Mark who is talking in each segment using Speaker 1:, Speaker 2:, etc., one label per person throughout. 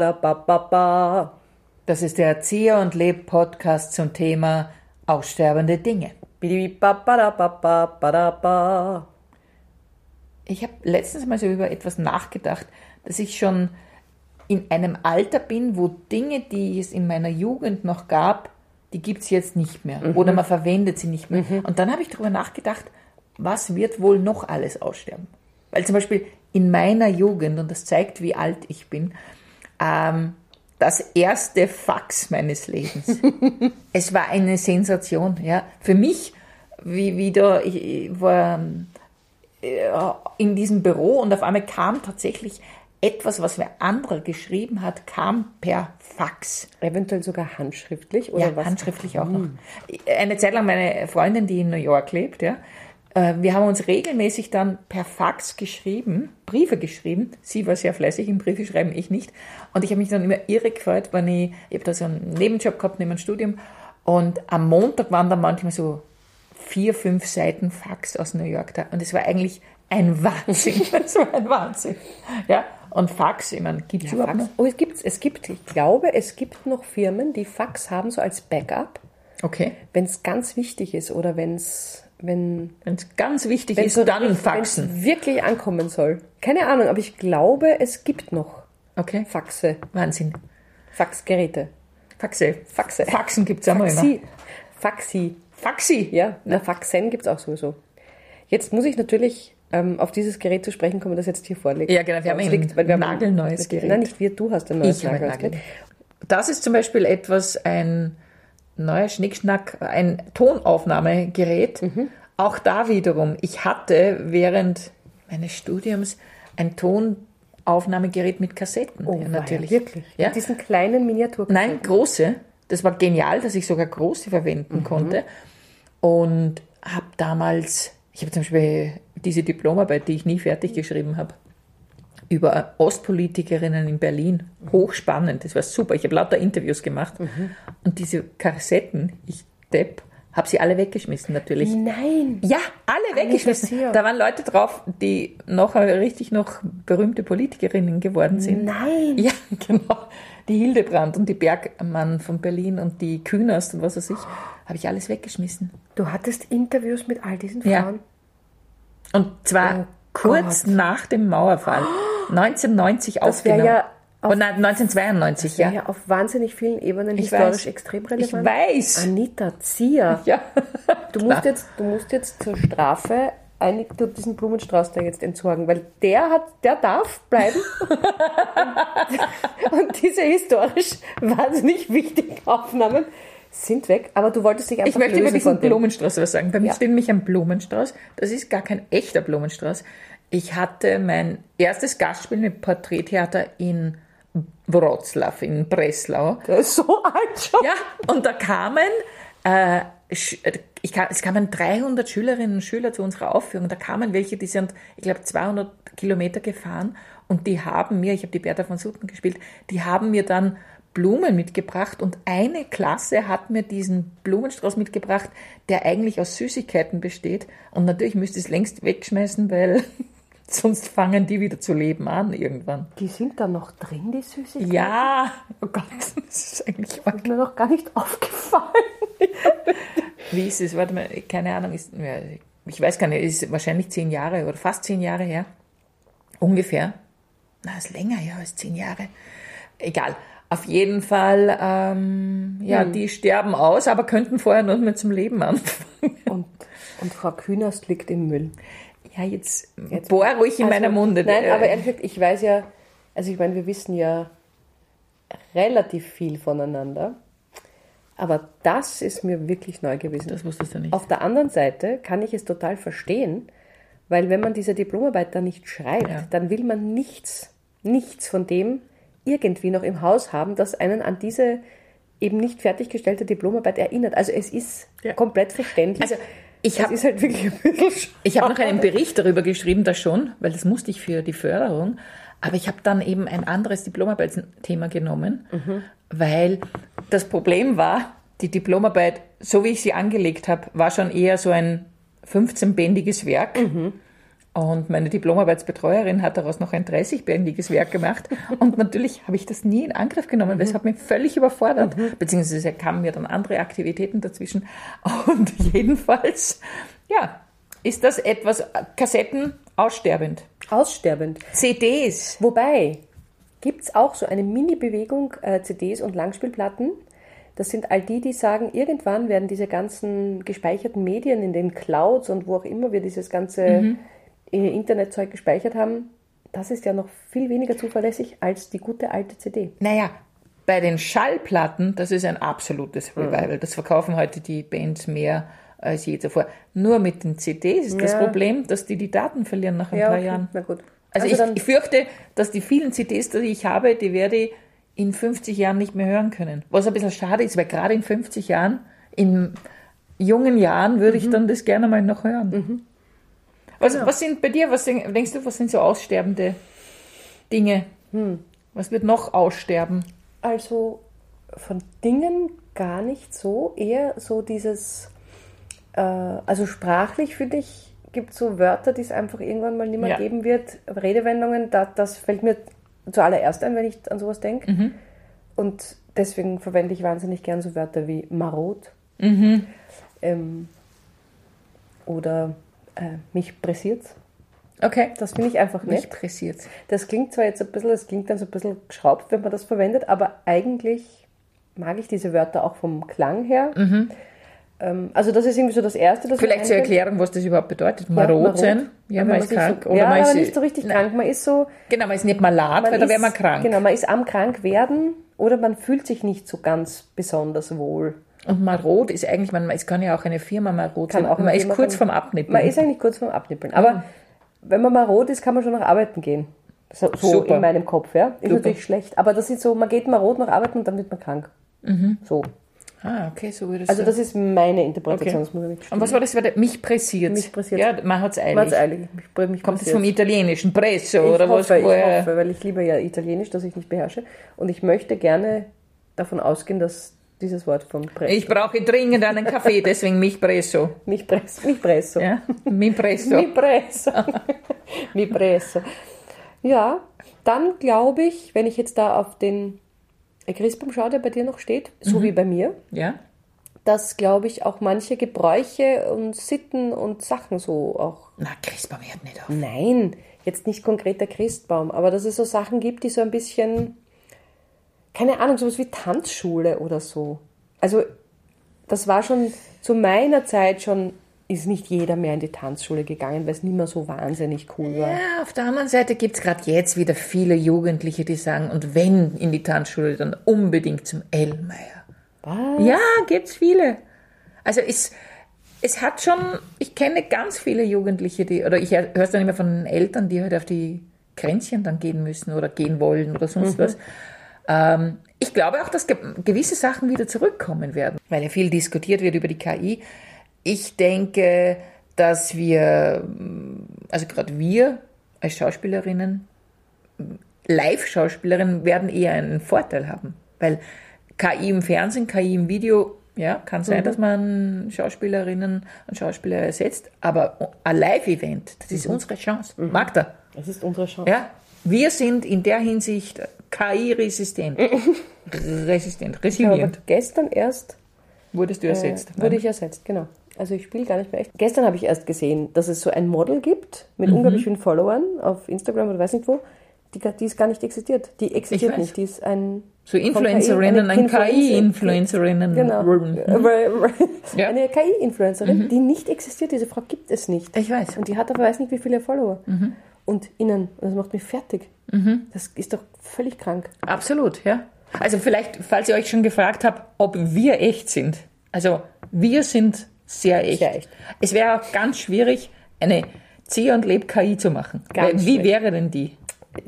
Speaker 1: Bidibibabababadabababa.
Speaker 2: Das ist der Erzieher und Leb Podcast zum Thema aussterbende Dinge.
Speaker 1: Bidibibababababadaba.
Speaker 2: Ich habe letztens mal so über etwas nachgedacht, dass ich schon in einem Alter bin, wo Dinge, die es in meiner Jugend noch gab, die gibt es jetzt nicht mehr. Oder man verwendet sie nicht mehr. Und dann habe ich darüber nachgedacht, was wird wohl noch alles aussterben? Weil zum Beispiel in meiner Jugend, und das zeigt, wie alt ich bin, ähm, das erste Fax meines Lebens. es war eine Sensation. Ja. Für mich, wie, wie da, ich, ich war ähm, in diesem Büro und auf einmal kam tatsächlich etwas, was wer andere geschrieben hat, kam per Fax.
Speaker 1: Eventuell sogar handschriftlich oder
Speaker 2: ja,
Speaker 1: was? Hm.
Speaker 2: handschriftlich auch noch. Eine Zeit lang meine Freundin, die in New York lebt, ja, äh, wir haben uns regelmäßig dann per Fax geschrieben, Briefe geschrieben. Sie war sehr fleißig im Briefe schreiben, ich nicht. Und ich habe mich dann immer irre gefreut, wenn ich, ich habe da so einen Nebenjob gehabt neben dem Studium. Und am Montag waren dann manchmal so vier, fünf Seiten Fax aus New York da. Und es war eigentlich ein Wahnsinn. Es war ein Wahnsinn. Ja, und Fax, ich meine, gibt es überhaupt
Speaker 1: Fax.
Speaker 2: noch?
Speaker 1: Oh, es gibt, es gibt, ich glaube, es gibt noch Firmen, die Fax haben, so als Backup,
Speaker 2: Okay.
Speaker 1: wenn es ganz wichtig ist oder wenn's, wenn
Speaker 2: Wenn es ganz wichtig
Speaker 1: wenn
Speaker 2: ist, dann faxen.
Speaker 1: wenn's wirklich ankommen soll. Keine Ahnung, aber ich glaube, es gibt noch
Speaker 2: Okay.
Speaker 1: Faxe,
Speaker 2: Wahnsinn.
Speaker 1: Faxgeräte.
Speaker 2: Faxe.
Speaker 1: Faxe.
Speaker 2: Faxen gibt's auch immer.
Speaker 1: Faxi. Faxi.
Speaker 2: Faxi.
Speaker 1: Ja, na, Faxen gibt es auch sowieso. Jetzt muss ich natürlich ähm, auf dieses Gerät zu sprechen kommen, das jetzt hier vorliegt.
Speaker 2: Ja, genau, wir haben
Speaker 1: Es
Speaker 2: ein
Speaker 1: liegt, weil wir haben-
Speaker 2: nagelneues Gerät.
Speaker 1: Nein, nicht wir, du hast ein neues
Speaker 2: Ich habe ein
Speaker 1: nagelneues Gerät.
Speaker 2: Das ist zum Beispiel etwas, ein neuer Schnickschnack, ein Tonaufnahmegerät. Auch da wiederum, ich hatte während meines Studiums ein Tonaufnahmegerät mit Kassetten.
Speaker 1: Oh,
Speaker 2: Ja,
Speaker 1: natürlich.
Speaker 2: natürlich.
Speaker 1: Wirklich.
Speaker 2: Ja.
Speaker 1: Mit diesen kleinen Miniaturen.
Speaker 2: Nein, große. Das war genial, dass ich sogar große verwenden konnte. Und habe damals, ich habe zum Beispiel diese Diplomarbeit, die ich nie fertig geschrieben habe, über Ostpolitikerinnen in Berlin. Hochspannend, das war super. Ich habe lauter Interviews gemacht. Und diese Kassetten, ich depp, habe sie alle weggeschmissen natürlich.
Speaker 1: Nein.
Speaker 2: Ja, alle weggeschmissen.
Speaker 1: passiert.
Speaker 2: Da waren Leute drauf, die noch äh, richtig noch berühmte Politikerinnen geworden sind.
Speaker 1: Nein.
Speaker 2: Ja, genau. Die Hildebrand und die Bergmann von Berlin und die Kühnerst und was weiß ich, habe ich alles weggeschmissen.
Speaker 1: Du hattest Interviews mit all diesen
Speaker 2: Ja.
Speaker 1: Frauen.
Speaker 2: Und zwar
Speaker 1: Oh
Speaker 2: kurz
Speaker 1: Gott.
Speaker 2: nach dem Mauerfall. 1990
Speaker 1: Das wär
Speaker 2: aufgenommen.
Speaker 1: ja auf-
Speaker 2: oh nein, 1992, ja.
Speaker 1: Ja. ja, auf wahnsinnig vielen Ebenen
Speaker 2: Ich
Speaker 1: historisch
Speaker 2: weiß.
Speaker 1: extrem
Speaker 2: Ich
Speaker 1: relevant.
Speaker 2: weiß.
Speaker 1: Anita Zier.
Speaker 2: Ja.
Speaker 1: Du
Speaker 2: Klar.
Speaker 1: musst, jetzt, du musst jetzt zur Strafe einig, du diesen Blumenstrauß da jetzt entsorgen, weil der hat, der darf bleiben. und, und diese historisch wahnsinnig wichtigen Aufnahmen sind weg. Aber du wolltest dich einfach
Speaker 2: Ich möchte über
Speaker 1: lösen
Speaker 2: diesen
Speaker 1: von dem.
Speaker 2: Blumenstrauß was sagen. Bei mir
Speaker 1: Ja.
Speaker 2: steht nämlich ein Blumenstrauß. Das ist gar kein echter Blumenstrauß. Ich hatte mein erstes Gastspiel mit Porträttheater in Wroclaw, in Breslau.
Speaker 1: Der ist so alt schon.
Speaker 2: Ja, und da kamen, äh, Sch- äh, ich kam, es kamen 300 Schülerinnen und Schüler zu unserer Aufführung. Da kamen welche, die sind, ich glaube, 200 Kilometer gefahren und die haben mir, ich habe die Bertha von Sutten gespielt, die haben mir dann Blumen mitgebracht und eine Klasse hat mir diesen Blumenstrauß mitgebracht, der eigentlich aus Süßigkeiten besteht. Und natürlich müsste ich es längst wegschmeißen, weil sonst fangen die wieder zu leben an irgendwann.
Speaker 1: Die sind da noch drin, die Süßigkeiten.
Speaker 2: Ja, oh Gott, das ist eigentlich
Speaker 1: Ist mir noch gar nicht aufgefallen.
Speaker 2: Wie ist es? Warte mal, keine Ahnung. Ist, ja, ich weiß gar nicht, ist wahrscheinlich zehn Jahre oder fast zehn Jahre her. Ungefähr. Na, ist länger her als zehn Jahre. Egal. Auf jeden Fall, ähm, ja, die sterben aus, aber könnten vorher noch mal zum Leben anfangen.
Speaker 1: Und, und Frau Kühnerst liegt im Müll.
Speaker 2: Ja, jetzt, bohr ruhig in meiner Munde.
Speaker 1: also, Nein,
Speaker 2: Äh,
Speaker 1: aber ehrlich gesagt, ich weiß ja, also ich meine, wir wissen ja relativ viel voneinander, aber das ist mir wirklich neu gewesen.
Speaker 2: das wusstest du nicht.
Speaker 1: Auf der anderen Seite kann ich es total verstehen, weil wenn man diese Diplomarbeit dann nicht schreibt,
Speaker 2: Ja.
Speaker 1: dann will man nichts, nichts von dem irgendwie noch im Haus haben, das einen an diese eben nicht fertiggestellte Diplomarbeit erinnert. Also es ist
Speaker 2: Ja.
Speaker 1: komplett verständlich.
Speaker 2: Also, ich
Speaker 1: es
Speaker 2: habe
Speaker 1: ist halt wirklich ein bisschen
Speaker 2: Ich habe noch einen Bericht darüber geschrieben, da schon, weil das musste ich für die Förderung. Aber ich habe dann eben ein anderes Diplomarbeitsthema genommen, weil das Problem war, die Diplomarbeit, so wie ich sie angelegt habe, war schon eher so ein 15-bändiges Werk. Und meine Diplomarbeitsbetreuerin hat daraus noch ein 30-bändiges Werk gemacht. Und natürlich habe ich das nie in Angriff genommen,
Speaker 1: Mhm.
Speaker 2: weil es hat mich völlig überfordert. Beziehungsweise kamen mir dann andere Aktivitäten dazwischen. Und jedenfalls, ja, ist das etwas äh, Kassetten aussterbend.
Speaker 1: Aussterbend.
Speaker 2: CDs.
Speaker 1: Wobei, gibt es auch so eine Mini-Bewegung äh, CDs und Langspielplatten? Das sind all die, die sagen, irgendwann werden diese ganzen gespeicherten Medien in den Clouds und wo auch immer wir dieses ganze
Speaker 2: Mhm.
Speaker 1: äh, Internetzeug gespeichert haben, das ist ja noch viel weniger zuverlässig als die gute alte CD.
Speaker 2: Naja, bei den Schallplatten, das ist ein absolutes
Speaker 1: Mhm.
Speaker 2: Revival. Das verkaufen heute die Bands mehr als je zuvor. Nur mit den CDs ist das
Speaker 1: Ja.
Speaker 2: Problem, dass die die Daten verlieren nach ein paar
Speaker 1: okay.
Speaker 2: Jahren.
Speaker 1: Na gut.
Speaker 2: Also,
Speaker 1: dann-
Speaker 2: ich, ich fürchte, dass die vielen CDs, die ich habe, die werde ich in 50 Jahren nicht mehr hören können. Was ein bisschen schade ist, weil gerade in 50 Jahren, in jungen Jahren, würde
Speaker 1: Mhm.
Speaker 2: ich dann das gerne mal noch hören. Was, was sind bei dir, was denk- denkst du, was sind so aussterbende Dinge?
Speaker 1: Hm.
Speaker 2: Was wird noch aussterben?
Speaker 1: Also von Dingen gar nicht so, eher so dieses, äh, also sprachlich für dich gibt es so Wörter, die es einfach irgendwann mal nicht mehr
Speaker 2: Ja.
Speaker 1: geben wird, Redewendungen, da, das fällt mir zuallererst ein, wenn ich an sowas denke.
Speaker 2: Mhm.
Speaker 1: Und deswegen verwende ich wahnsinnig gern so Wörter wie marot
Speaker 2: Mhm.
Speaker 1: ähm, oder äh, mich pressiert.
Speaker 2: Okay.
Speaker 1: Das finde ich einfach nett.
Speaker 2: Mich interessiert.
Speaker 1: Das klingt zwar jetzt ein bisschen, es klingt dann so ein bisschen geschraubt, wenn man das verwendet, aber eigentlich mag ich diese Wörter auch vom Klang her. Ähm, also das ist irgendwie so das Erste, das mir
Speaker 2: Mhm. Vielleicht zur
Speaker 1: einfällt.
Speaker 2: Erklärung, was das überhaupt bedeutet. Marot sein. Ja,
Speaker 1: Wenn
Speaker 2: man ist
Speaker 1: sich
Speaker 2: krank.
Speaker 1: So, ja,
Speaker 2: man
Speaker 1: man aber
Speaker 2: ist,
Speaker 1: nicht so richtig
Speaker 2: Nein,
Speaker 1: krank. Man ist so...
Speaker 2: Genau, man ist nicht malat, weil
Speaker 1: Man
Speaker 2: da wäre
Speaker 1: ist-
Speaker 2: man krank.
Speaker 1: Genau, man ist am krank werden oder man fühlt sich nicht so ganz besonders wohl.
Speaker 2: Und marot ist eigentlich, man, es kann ja auch eine Firma marot
Speaker 1: Kann
Speaker 2: sein.
Speaker 1: auch eine
Speaker 2: man ist
Speaker 1: Firma
Speaker 2: kurz
Speaker 1: sein.
Speaker 2: vorm Abnippen.
Speaker 1: Man ist Mhm. eigentlich kurz vorm Abnippeln.
Speaker 2: Mhm.
Speaker 1: Aber wenn man mal rot ist, kann man schon noch arbeiten gehen. So, so
Speaker 2: Super.
Speaker 1: in meinem Kopf, ja. Ist
Speaker 2: Super.
Speaker 1: natürlich schlecht. Aber das ist so, man geht mal rot noch arbeiten und dann wird man krank.
Speaker 2: Mhm.
Speaker 1: So.
Speaker 2: ah, okay, so würde es
Speaker 1: Also
Speaker 2: sein.
Speaker 1: das ist meine Interpretation.
Speaker 2: Okay.
Speaker 1: Das muss man nicht
Speaker 2: Und was war das? Wort? Mich pressiert.
Speaker 1: Mich pressiert.
Speaker 2: Ja, man hat es eilig.
Speaker 1: Ganz ehrlich, ich bring mich
Speaker 2: Kommt das
Speaker 1: passiert.
Speaker 2: vom italienischen Presso
Speaker 1: ich
Speaker 2: oder
Speaker 1: hoffe,
Speaker 2: was?
Speaker 1: Ich
Speaker 2: Woher-
Speaker 1: hoffe, weil ich liebe ja Italienisch, das ich nicht beherrsche. Und ich möchte gerne davon ausgehen, dass dieses Wort von Pre
Speaker 2: ich brauche dringend einen Kaffee, deswegen mich Presso.
Speaker 1: mich presso. Mich presso.
Speaker 2: Ja, mi Presso.
Speaker 1: Mi presso. Mi presso. Ja, dann glaube ich, wenn ich jetzt da auf den Christbaum schaue, der bei dir noch steht, so
Speaker 2: Mhm.
Speaker 1: wie bei mir,
Speaker 2: ja.
Speaker 1: dass, glaube ich, auch manche Gebräuche und Sitten und Sachen so auch.
Speaker 2: Na, Christbaum hört nicht auf.
Speaker 1: Nein, jetzt nicht konkret der Christbaum, aber dass es so Sachen gibt, die so ein bisschen, keine Ahnung, sowas wie Tanzschule oder so. Also, das war schon zu meiner Zeit schon, ist nicht jeder mehr in die Tanzschule gegangen, weil es nicht mehr so wahnsinnig cool war.
Speaker 2: Ja, auf der anderen Seite gibt es gerade jetzt wieder viele Jugendliche, die sagen, und wenn in die Tanzschule, dann unbedingt zum Ellmeier.
Speaker 1: Was?
Speaker 2: Ja, gibt's viele. Also es, es hat schon, ich kenne ganz viele Jugendliche, die, oder ich höre es dann immer von den Eltern, die halt auf die Grenzchen dann gehen müssen oder gehen wollen oder sonst was. Ähm, ich glaube auch, dass ge gewisse Sachen wieder zurückkommen werden, weil ja viel diskutiert wird über die KI. Ich denke, dass wir, also gerade wir als Schauspielerinnen, Live-Schauspielerinnen werden eher einen Vorteil haben, weil KI im Fernsehen, KI im Video, ja, kann
Speaker 1: Mhm.
Speaker 2: sein, dass man Schauspielerinnen und Schauspieler ersetzt, aber ein Live-Event, das
Speaker 1: Mhm.
Speaker 2: ist unsere Chance. Mag da.
Speaker 1: Das ist unsere Chance.
Speaker 2: Ja, wir sind in der Hinsicht KI-resistent. Resistent,
Speaker 1: aber
Speaker 2: resilient.
Speaker 1: gestern erst
Speaker 2: Wurdest du ersetzt?
Speaker 1: äh,
Speaker 2: ne?
Speaker 1: wurde ich ersetzt, genau. Also ich spiele gar nicht mehr echt. Gestern habe ich erst gesehen, dass es so ein Model gibt
Speaker 2: Mhm.
Speaker 1: mit unglaublich vielen Followern auf Instagram oder weiß nicht wo, die, gar- die ist gar nicht existiert. Die existiert
Speaker 2: weiß.
Speaker 1: nicht. Die ist ein
Speaker 2: so
Speaker 1: von
Speaker 2: Influencerinnen,
Speaker 1: eine
Speaker 2: ein KI-Influencerinnen.
Speaker 1: Genau.
Speaker 2: Mhm. Ja. Mhm.
Speaker 1: Eine KI-Influencerin, die nicht existiert. Diese Frau gibt es nicht.
Speaker 2: Ich weiß.
Speaker 1: Und die hat aber weiß nicht wie viele Follower.
Speaker 2: Mhm.
Speaker 1: Und innen. Und das macht mich fertig. Das ist doch völlig krank.
Speaker 2: Absolut, ja. Also vielleicht, falls ihr euch schon gefragt habt, ob wir echt sind. Also wir sind sehr echt.
Speaker 1: Sehr echt.
Speaker 2: Es wäre auch ganz schwierig, eine Zieh- und Leb-KI zu machen.
Speaker 1: Ganz
Speaker 2: Weil wie
Speaker 1: schwierig.
Speaker 2: wäre denn die?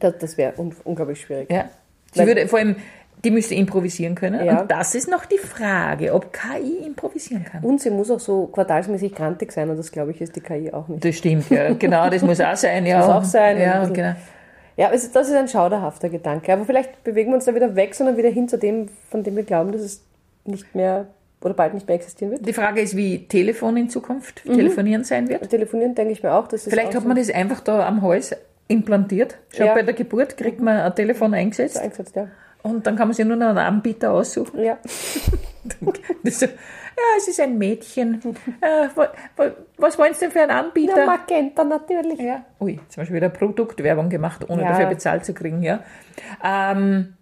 Speaker 1: Das, das wäre un unglaublich schwierig.
Speaker 2: Ja. Sie
Speaker 1: Weil-
Speaker 2: würde vor allem, die müsste improvisieren können.
Speaker 1: Ja.
Speaker 2: Und das ist noch die Frage, ob KI improvisieren kann.
Speaker 1: Und sie muss auch so quartalsmäßig grantig sein und das glaube ich ist die KI auch nicht.
Speaker 2: Das stimmt, ja. Genau, das muss auch sein. Ja.
Speaker 1: muss auch sein.
Speaker 2: Ja,
Speaker 1: Ein bisschen-
Speaker 2: genau.
Speaker 1: Ja, also das ist ein schauderhafter Gedanke. Aber vielleicht bewegen wir uns da wieder weg, sondern wieder hin zu dem, von dem wir glauben, dass es nicht mehr oder bald nicht mehr existieren wird.
Speaker 2: Die Frage ist, wie Telefon in Zukunft telefonieren sein wird.
Speaker 1: Telefonieren denke ich mir auch, dass es
Speaker 2: Vielleicht
Speaker 1: auch
Speaker 2: hat
Speaker 1: so
Speaker 2: man das einfach da am Hals implantiert. Schon
Speaker 1: Ja.
Speaker 2: bei der Geburt kriegt man ein Telefon
Speaker 1: so
Speaker 2: eingesetzt
Speaker 1: eingesetzt, ja.
Speaker 2: und dann kann man sich nur noch einen Anbieter aussuchen.
Speaker 1: Ja,
Speaker 2: Das ist so, ja, es ist ein Mädchen. Äh, wa- wa- was wollen Sie denn für einen Anbieter?
Speaker 1: ja Magenta natürlich.
Speaker 2: Ja. Ui, jetzt haben wir schon wieder Produktwerbung gemacht, ohne
Speaker 1: Ja.
Speaker 2: dafür bezahlt zu kriegen, ja. Ähm,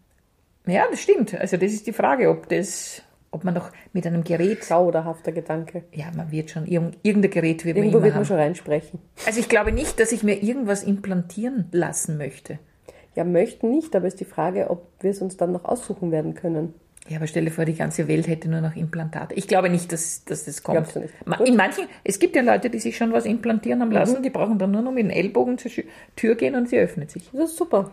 Speaker 2: ja, das stimmt. Also das ist die Frage, ob das, ob man noch mit einem Gerät,
Speaker 1: Grauderhafter Gedanke.
Speaker 2: ja, man wird schon, irgend- irgendein Gerät wird man
Speaker 1: Irgendwo
Speaker 2: immer
Speaker 1: wird
Speaker 2: haben.
Speaker 1: man schon reinsprechen.
Speaker 2: Also ich glaube nicht, dass ich mir irgendwas implantieren lassen möchte.
Speaker 1: Ja, möchten nicht, aber ist die Frage, ob wir es uns dann noch aussuchen werden können.
Speaker 2: Ja, aber stell dir vor, die ganze Welt hätte nur noch Implantate. Ich glaube nicht, dass, dass das kommt.
Speaker 1: Glaubst du nicht? Mhm.
Speaker 2: Ma- In manchen, es gibt ja Leute, die sich schon was implantieren haben lassen, die brauchen dann nur noch mit dem Ellbogen zur Schü- Tür gehen und sie öffnet sich.
Speaker 1: Das ist super.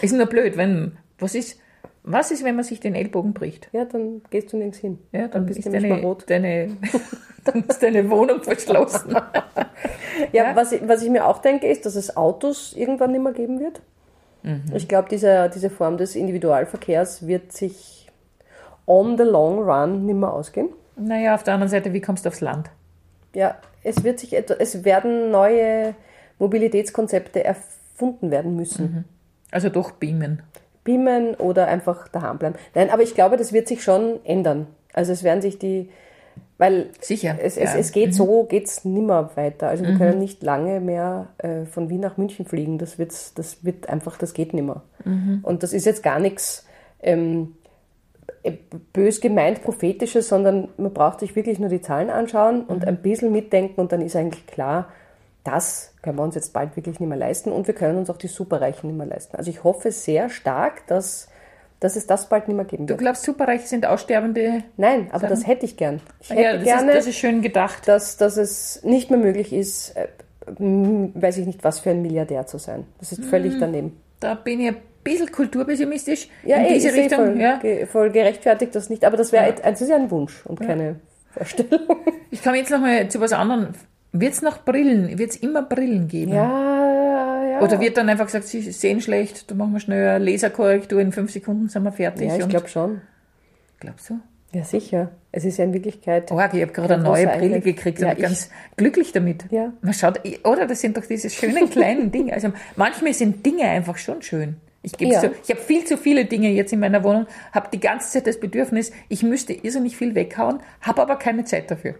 Speaker 2: Ist nur blöd, wenn, was ist, was ist, wenn man sich den Ellbogen bricht?
Speaker 1: Ja, dann gehst du nirgends hin.
Speaker 2: Ja, dann,
Speaker 1: bist
Speaker 2: ist
Speaker 1: du nämlich
Speaker 2: deine,
Speaker 1: mal rot.
Speaker 2: deine, dann ist deine Wohnung verschlossen.
Speaker 1: Ja, Was, ich, was ich mir auch denke, ist, dass es Autos irgendwann nicht mehr geben wird. Ich glaube, diese, diese Form des Individualverkehrs wird sich on the long run nicht mehr ausgehen.
Speaker 2: Naja, auf der anderen Seite, wie kommst du aufs Land?
Speaker 1: Ja, es wird sich etwa, es werden neue Mobilitätskonzepte erfunden werden müssen.
Speaker 2: Also durch Beamen.
Speaker 1: beamen oder einfach daheim bleiben. Nein, aber ich glaube, das wird sich schon ändern. Also es werden sich die, weil
Speaker 2: Sicher.
Speaker 1: es,
Speaker 2: ja. Mhm.
Speaker 1: es, es geht so, geht's nimmer weiter. Also wir können nicht lange mehr äh, von Wien nach München fliegen. Das, wird's, das wird einfach, das geht nimmer.
Speaker 2: Mhm.
Speaker 1: Und das ist jetzt gar nichts ähm, äh, bös gemeint prophetisches, sondern man braucht sich wirklich nur die Zahlen anschauen und
Speaker 2: Mhm.
Speaker 1: ein bisschen mitdenken und dann ist eigentlich klar, das können wir uns jetzt bald wirklich nicht mehr leisten und wir können uns auch die Superreichen nicht mehr leisten. Also ich hoffe sehr stark, dass, dass es das bald nicht mehr geben
Speaker 2: Du
Speaker 1: wird.
Speaker 2: glaubst, Superreiche sind aussterbende?
Speaker 1: Nein, aber das hätte ich gern. Ich hätte
Speaker 2: ja, das,
Speaker 1: gerne,
Speaker 2: ist, das ist schön gedacht.
Speaker 1: dass, dass es nicht mehr möglich ist, äh, m, weiß ich nicht, was für ein Milliardär zu sein. Das ist völlig
Speaker 2: Mhm.
Speaker 1: daneben.
Speaker 2: Da bin ich ein bisschen kulturpessimistisch
Speaker 1: Ja,
Speaker 2: in
Speaker 1: eh,
Speaker 2: diese
Speaker 1: ist eh
Speaker 2: Richtung.
Speaker 1: voll,
Speaker 2: ja.
Speaker 1: ge- voll gerechtfertigt das nicht, aber das wäre
Speaker 2: Ja.
Speaker 1: et- das ist ja ein Wunsch und keine Vorstellung.
Speaker 2: Ich komme jetzt noch mal zu was anderem. Wird es noch Brillen? Wird es immer Brillen geben?
Speaker 1: Ja, ja.
Speaker 2: Oder wird dann einfach gesagt, Sie sehen schlecht, da machen wir schnell eine Laserkorrektur, in fünf Sekunden sind wir fertig.
Speaker 1: ja, ich
Speaker 2: und-
Speaker 1: glaube schon.
Speaker 2: Glaubst du?
Speaker 1: Ja, sicher. Es ist ja in Wirklichkeit.
Speaker 2: Oh, ich habe gerade
Speaker 1: Ein
Speaker 2: eine neue
Speaker 1: großer
Speaker 2: Brille
Speaker 1: Eingriff.
Speaker 2: gekriegt
Speaker 1: Ja,
Speaker 2: und
Speaker 1: ich-
Speaker 2: bin ganz glücklich damit.
Speaker 1: Ja.
Speaker 2: Man schaut, oder das sind doch diese schönen kleinen Dinge. Also manchmal sind Dinge einfach schon schön. Ich gebe
Speaker 1: Ja.
Speaker 2: zu, ich habe viel zu viele Dinge jetzt in meiner Wohnung, habe die ganze Zeit das Bedürfnis, ich müsste irrsinnig viel weghauen, habe aber keine Zeit dafür.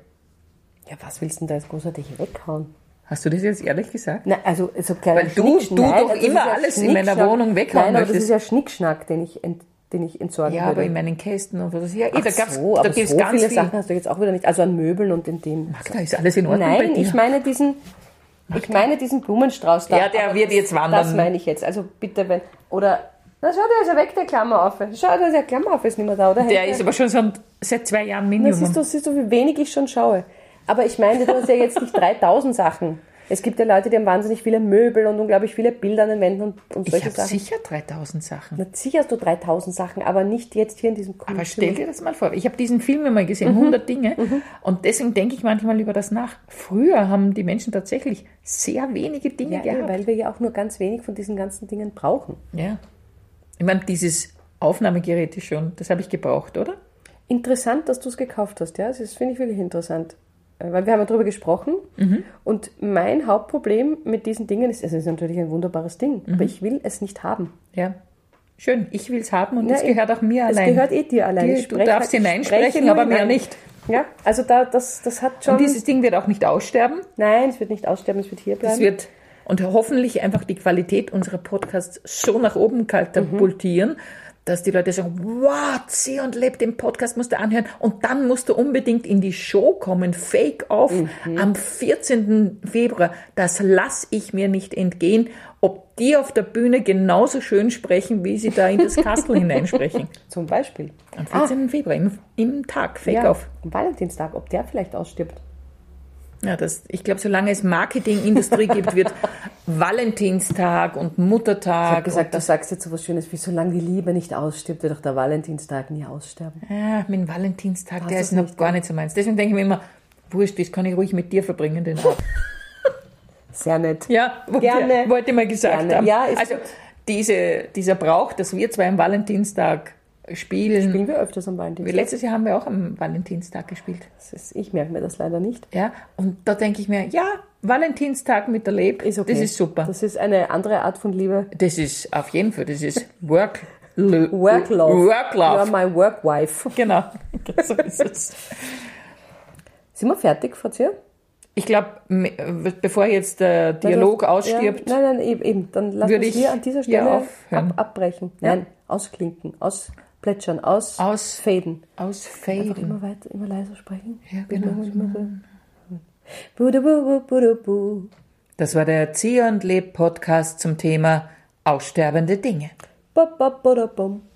Speaker 1: Ja, was willst du denn da jetzt großartig weghauen?
Speaker 2: Hast du das jetzt ehrlich gesagt?
Speaker 1: Na, also so kleine
Speaker 2: Weil du-
Speaker 1: Schnickschnack-
Speaker 2: du
Speaker 1: Nein,
Speaker 2: doch
Speaker 1: das ist
Speaker 2: immer alles in meiner
Speaker 1: Schnickschnack.
Speaker 2: Wohnung weghauen
Speaker 1: Nein, aber das ist
Speaker 2: möchtest.
Speaker 1: ja Schnickschnack, den ich, ent, den ich entsorgen
Speaker 2: Ja,
Speaker 1: würde.
Speaker 2: aber in meinen Kästen und was weiß ich. Ja, eh, da
Speaker 1: Ach
Speaker 2: gab's,
Speaker 1: so,
Speaker 2: da
Speaker 1: aber
Speaker 2: gibt's
Speaker 1: so
Speaker 2: ganz
Speaker 1: viele
Speaker 2: viel.
Speaker 1: Sachen hast du jetzt auch wieder nicht. Also an Möbeln und in dem.
Speaker 2: Da ist alles in Ordnung bei
Speaker 1: Nein,
Speaker 2: dir.
Speaker 1: ich meine diesen, ich meine diesen Blumenstrauß da.
Speaker 2: Ja, der
Speaker 1: Aber
Speaker 2: wird
Speaker 1: das-
Speaker 2: jetzt wandern.
Speaker 1: Das meine ich jetzt. Also bitte, wenn, oder, na schau, der ist ja weg, der Klammer auf. Schau, der, der Klammer auf ist nicht mehr da, oder?
Speaker 2: der ist aber schon so ein- seit zwei Jahren
Speaker 1: Na,
Speaker 2: Minimum.
Speaker 1: siehst du, siehst du, wie wenig ich schon schaue. Aber ich meine, du hast ja jetzt nicht 3000 Sachen. Es gibt ja Leute, die haben wahnsinnig viele Möbel und unglaublich viele Bilder an den Wänden und, und
Speaker 2: ich
Speaker 1: solche
Speaker 2: habe
Speaker 1: Sachen.
Speaker 2: sicher 3000 Sachen.
Speaker 1: Na, sicher hast du 3000 Sachen, aber nicht jetzt hier in diesem
Speaker 2: Aber
Speaker 1: coolen
Speaker 2: stell dir das mal vor. Ich habe diesen Film einmal gesehen, 100 Dinge. Und deswegen denke ich manchmal über das nach. Früher haben die Menschen tatsächlich sehr wenige Dinge
Speaker 1: Ja, eh,
Speaker 2: gehabt.
Speaker 1: weil wir ja auch nur ganz wenig von diesen ganzen Dingen brauchen.
Speaker 2: Ja. Ich meine, dieses Aufnahmegerät ist schon, das habe ich gebraucht, oder?
Speaker 1: Interessant, dass du es gekauft hast, ja. Das finde ich wirklich interessant. Äh, Weil wir haben ja drüber gesprochen. Und mein Hauptproblem mit diesen Dingen ist, es ist natürlich ein wunderbares Ding, aber ich will es nicht haben.
Speaker 2: Ja. Schön, ich will es haben und
Speaker 1: Ja,
Speaker 2: es
Speaker 1: ich-
Speaker 2: gehört auch mir
Speaker 1: Es
Speaker 2: allein.
Speaker 1: gehört eh dir allein.
Speaker 2: Dir-
Speaker 1: Ich
Speaker 2: du
Speaker 1: spreche-
Speaker 2: darfst
Speaker 1: ich
Speaker 2: hineinsprechen,
Speaker 1: spreche nur
Speaker 2: aber mehr
Speaker 1: hinein.
Speaker 2: nicht.
Speaker 1: Ja, also da, das, das hat schon.
Speaker 2: und dieses Ding wird auch nicht aussterben.
Speaker 1: Nein, es wird nicht aussterben, es wird hier bleiben.
Speaker 2: Es wird und hoffentlich einfach die Qualität unserer Podcasts so nach oben katapultieren, dass die Leute sagen, wow, zieh und leb, den Podcast musst du anhören und dann musst du unbedingt in die Show kommen, Fake Off, am 14. Februar. Das lass ich mir nicht entgehen, ob die auf der Bühne genauso schön sprechen, wie sie da in das Kastel hineinsprechen.
Speaker 1: Zum Beispiel.
Speaker 2: Am 14. Februar, im, im Tag, Fake
Speaker 1: Ja,
Speaker 2: Off.
Speaker 1: am Valentinstag, ob der vielleicht ausstirbt.
Speaker 2: Ja, das, ich glaube, solange es Marketingindustrie gibt, wird Valentinstag und Muttertag. Also,
Speaker 1: gesagt, du sagst jetzt so was Schönes wie, solange die Liebe nicht ausstirbt, wird auch der Valentinstag nie aussterben.
Speaker 2: und, ah, mit dem Valentinstag, der
Speaker 1: das
Speaker 2: ist noch
Speaker 1: nicht,
Speaker 2: gar nicht so meins. Deswegen denke ich mir immer, wurscht, das kann ich ruhig mit dir verbringen, den Abend.
Speaker 1: Sehr nett.
Speaker 2: Ja, wollte-
Speaker 1: Gerne.
Speaker 2: wollte ich mal gesagt
Speaker 1: Gerne.
Speaker 2: haben.
Speaker 1: Ja, ist
Speaker 2: also
Speaker 1: gut.
Speaker 2: diese, dieser Brauch, dass wir zwei am Valentinstag spielen.
Speaker 1: Spielen wir öfters am Valentinstag.
Speaker 2: Wir- Letztes Jahr haben wir auch am Valentinstag gespielt.
Speaker 1: Das ist, ich merke mir das leider nicht.
Speaker 2: Ja, und da denke ich mir, ja, Valentinstag mit der Leb,
Speaker 1: Ist okay.
Speaker 2: das ist super. Das,
Speaker 1: Das ist eine andere Art von Liebe.
Speaker 2: ist auf jeden Fall, das ist Work, lo-
Speaker 1: Work love.
Speaker 2: Work
Speaker 1: You
Speaker 2: love.
Speaker 1: are my work wife.
Speaker 2: Genau, so ist es.
Speaker 1: Sind wir fertig, Frau Zier?
Speaker 2: Ich glaube, bevor jetzt der Dialog ausstirbt,
Speaker 1: Ja, ne? nein, nein, eben. eben. Dann lassen wir
Speaker 2: Würde ich
Speaker 1: hier an dieser
Speaker 2: hier
Speaker 1: Stelle
Speaker 2: aufhören.
Speaker 1: ab, abbrechen. Nein, ausklinken, ausplätschern,
Speaker 2: Aus-
Speaker 1: ausfaden. Einfach
Speaker 2: ausfaden.
Speaker 1: immer weiter, immer leiser sprechen.
Speaker 2: Ja, genau.
Speaker 1: Immer, immer so. Budu, bu, bu, budu, bu.
Speaker 2: Das war der Zieh und Leb Podcast zum Thema aussterbende Dinge.
Speaker 1: Ba, ba, budu, bum.